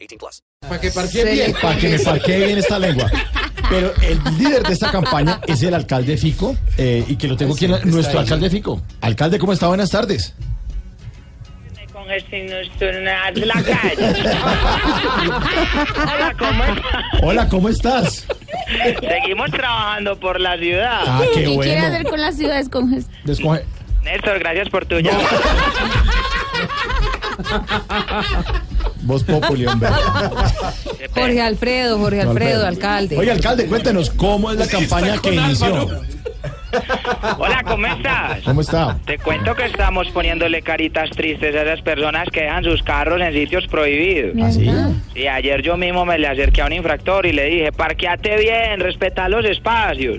18 plus. Para que parquee Se bien. le- Para que me parquee bien esta lengua. Pero el líder de esta campaña es el alcalde Fico, eh, y que lo tengo aquí, en la- nuestro alcalde Fico. Alcalde, ¿cómo está? Buenas tardes. con el sinusoidal de la calle. Hola, ¿cómo estás? Hola, ¿cómo estás? Seguimos trabajando por la ciudad. Ah, qué ¿Qué quiere bueno. hacer con las ciudades congestión? Descoge- Néstor, gracias por tu llamada. Voz Populi, hombre. Jorge Alfredo, Jorge Alfredo, alcalde. Oye, alcalde, cuéntenos cómo es la campaña que inició. Hola, ¿cómo estás? ¿Cómo está? Te cuento que estamos poniéndole caritas tristes a esas personas que dejan sus carros en sitios prohibidos. ¿Así? Y ayer yo mismo me le acerqué a un infractor y le dije, parqueate bien, respeta los espacios.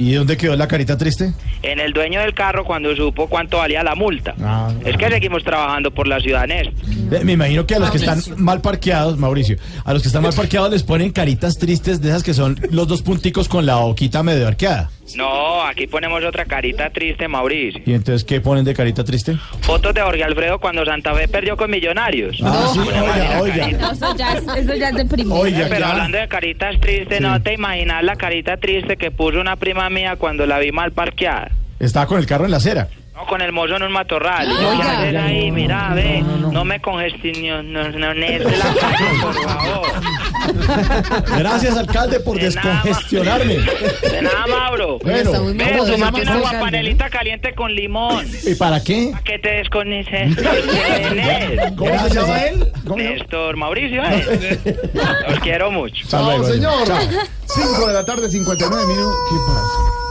¿Y dónde quedó la carita triste? En el dueño del carro cuando supo cuánto valía la multa. Ah, es que seguimos trabajando por la ciudad, Néstor. Eh, Me imagino que a los que están mal parqueados, Mauricio, a los que están mal parqueados les ponen caritas tristes de esas que son los dos punticos con la boquita medio arqueada. No, aquí ponemos otra carita triste, Mauricio. ¿Y entonces qué ponen de carita triste? Fotos de Jorge Alfredo cuando Santa Fe perdió con Millonarios. Ah, sí, oiga, oiga. No, eso ya es, eso ya es deprimente. Oiga, Eh, Pero ya. hablando de caritas tristes, no te imaginas la carita triste que puso una prima mía cuando la vi mal parqueada. Estaba con el carro en la acera. No, con el mozo en un matorral. Y yo, ¿qué Oiga. haces ahí? Mira, ve, no me congestiones no, no, Néstor, la calle, por favor. Gracias, alcalde, por De nada. descongestionarme. De nada, Mauro. Bueno, Está muy Ve, ¿Cómo se llama sumate ese una agua alcalde? panelita caliente con limón. ¿Y para qué? Pa' Que te descongestiones. ¿Cómo se llama él? Néstor, Mauricio, eh. los quiero mucho. Hasta luego. señor. 5 de la tarde, 59 minutos. ¿Qué pasa?